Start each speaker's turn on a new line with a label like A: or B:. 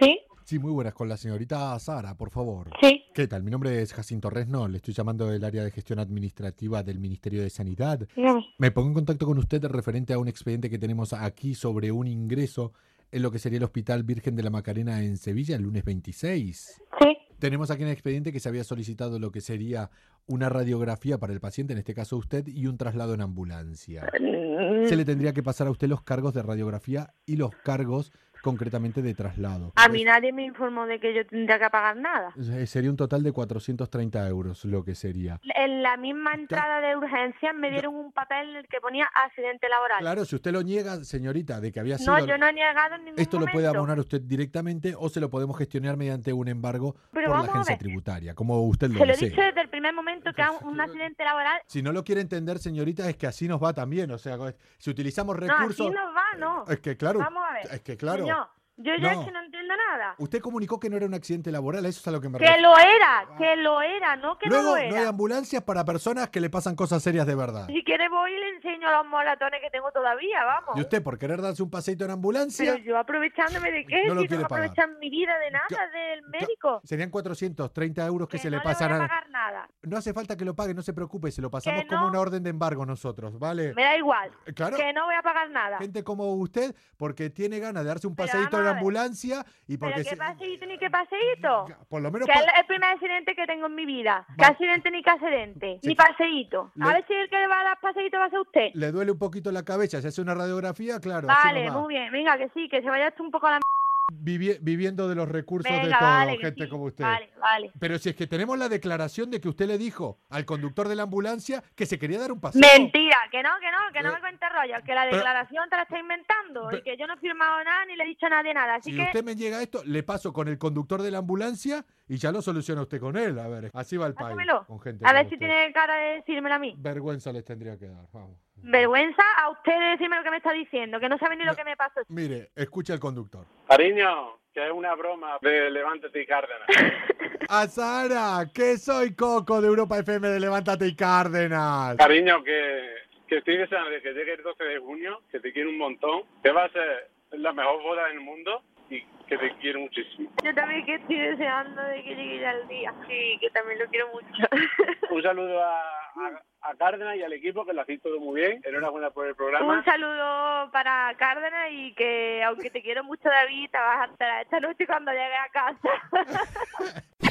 A: Sí,
B: Sí, muy buenas. Con la señorita Sara, por favor.
A: sí.
B: ¿Qué tal? Mi nombre es Jacinto Resno. Le estoy llamando del área de gestión administrativa del Ministerio de Sanidad.
A: Dígame.
B: Me pongo en contacto con usted referente a un expediente que tenemos aquí sobre un ingreso en lo que sería el Hospital Virgen de la Macarena en Sevilla el lunes 26.
A: Sí,
B: Tenemos aquí un expediente que se había solicitado lo que sería una radiografía para el paciente, en este caso usted, y un traslado en ambulancia.
A: Mm,
B: Se le tendría que pasar a usted los cargos de radiografía y los cargos concretamente de traslado.
A: a mí nadie me informó de que yo tendría que pagar nada.
B: Eh, Sería un total de 430 euros lo que sería.
A: En la misma entrada de urgencias me dieron un papel en el que ponía accidente laboral.
B: Claro, si usted lo niega, señorita, de que había sido...
A: no, yo no he negado en ningún
B: Esto lo puede
A: momento.
B: abonar usted directamente o se lo podemos gestionar mediante un embargo
A: Pero
B: por la
A: vamos a
B: agencia
A: ver.
B: tributaria, como usted lo
A: Se lo he
B: desee.
A: dicho desde el primer momento que a un un accidente laboral...
B: Si no lo quiere entender, señorita, es que así nos va también. O sea, si utilizamos
A: No,
B: recursos...
A: así nos va, no.
B: Es que claro,
A: Vamos a ver.
B: es que claro.
A: Señor, yo ya
B: No. Uh,
A: es que no entiendo nada.
B: Usted comunicó que no era un accidente laboral, a eso es a lo que me
A: Que
B: refiero.
A: lo era, que lo era, no que no
B: Ah. Luego,
A: lo
B: no hay
A: era.
B: ambulancias para personas que le pasan cosas serias de verdad.
A: si quiere voy y le enseño los moratones que tengo todavía, vamos.
B: Y usted, por querer darse un paseito en ambulancia,
A: Pero yo aprovechándome de qué,
B: No lo
A: si
B: quiere
A: no
B: pagar.
A: aprovechan mi vida de nada,
B: Ca-
A: del
B: ca-
A: médico.
B: serían 430 euros que, se le
A: no
B: pasan
A: voy a
B: a...
A: pagar nada.
B: No hace falta que lo pague, no se preocupe, se lo pasamos como
A: no.
B: una orden de embargo nosotros, ¿vale? Eh,
A: Me da igual.
B: Claro,
A: Que no voy a pagar nada.
B: gente como usted, porque tiene ganas de darse un
A: Pero
B: paseíto
A: vamos
B: en
A: a ver.
B: ambulancia y
A: Pero
B: porque...
A: qué
B: se- Mm,
A: paseíto ni qué paseíto.
B: Por lo menos...
A: Que es
B: pa-
A: el primer accidente que tengo en mi vida. Que
B: Va-
A: accidente ni que accidente.
B: Sí.
A: Ni paseíto. A
B: Le-
A: ver si el que le va a dar paseíto va a ser usted.
B: Le duele un poquito la cabeza, se hace una radiografía, claro. así
A: Vale,
B: nomás.
A: muy bien. Venga, que sí, que se vaya esto un poco a la
B: Vivi- viviendo de los recursos
A: Venga,
B: de todos,
A: vale, que
B: gente
A: sí.
B: como usted.
A: Vale, vale.
B: Pero si es que tenemos la declaración de que usted le dijo al conductor de la ambulancia que se quería dar un paseo.
A: Mentira, que no, que no, que
B: Eh,
A: no me cuente rollo, que la
B: pero-
A: declaración te la está inventando
B: pero-
A: y que yo no he firmado nada ni le he dicho a nadie nada. Así
B: Si
A: que
B: usted me llega a esto, le paso con el conductor de la ambulancia y ya lo soluciona usted con él. A ver, así va el país.
A: Pásamelo.
B: Con gente
A: a ver
B: como
A: si
B: usted.
A: tiene cara de decírmelo a mí.
B: Vergüenza les tendría que dar. Vamos.
A: Vergüenza a usted de decirme lo que me está diciendo, que no sabe ni
B: No.
A: lo que me pasó.
B: Mire, escucha el conductor.
C: Cariño, que es una broma de Levántate y Cárdenas.
B: A Sara, que soy Coco de Europa FM de Levántate y Cárdenas.
C: Cariño, que, que estoy deseando de que llegue el 12 de junio, que te quiero un montón, que va a ser la mejor boda del mundo y que te quiero muchísimo.
A: Yo también que estoy deseando de que llegue ya el día. Sí, que también lo quiero mucho.
C: Un saludo a, a- a Cárdenas y al equipo, que lo hacéis todo muy bien. Enhorabuena por el programa.
A: Un saludo para Cárdenas y que aunque te quiero mucho David, te vas a enterar esta noche cuando llegue a casa.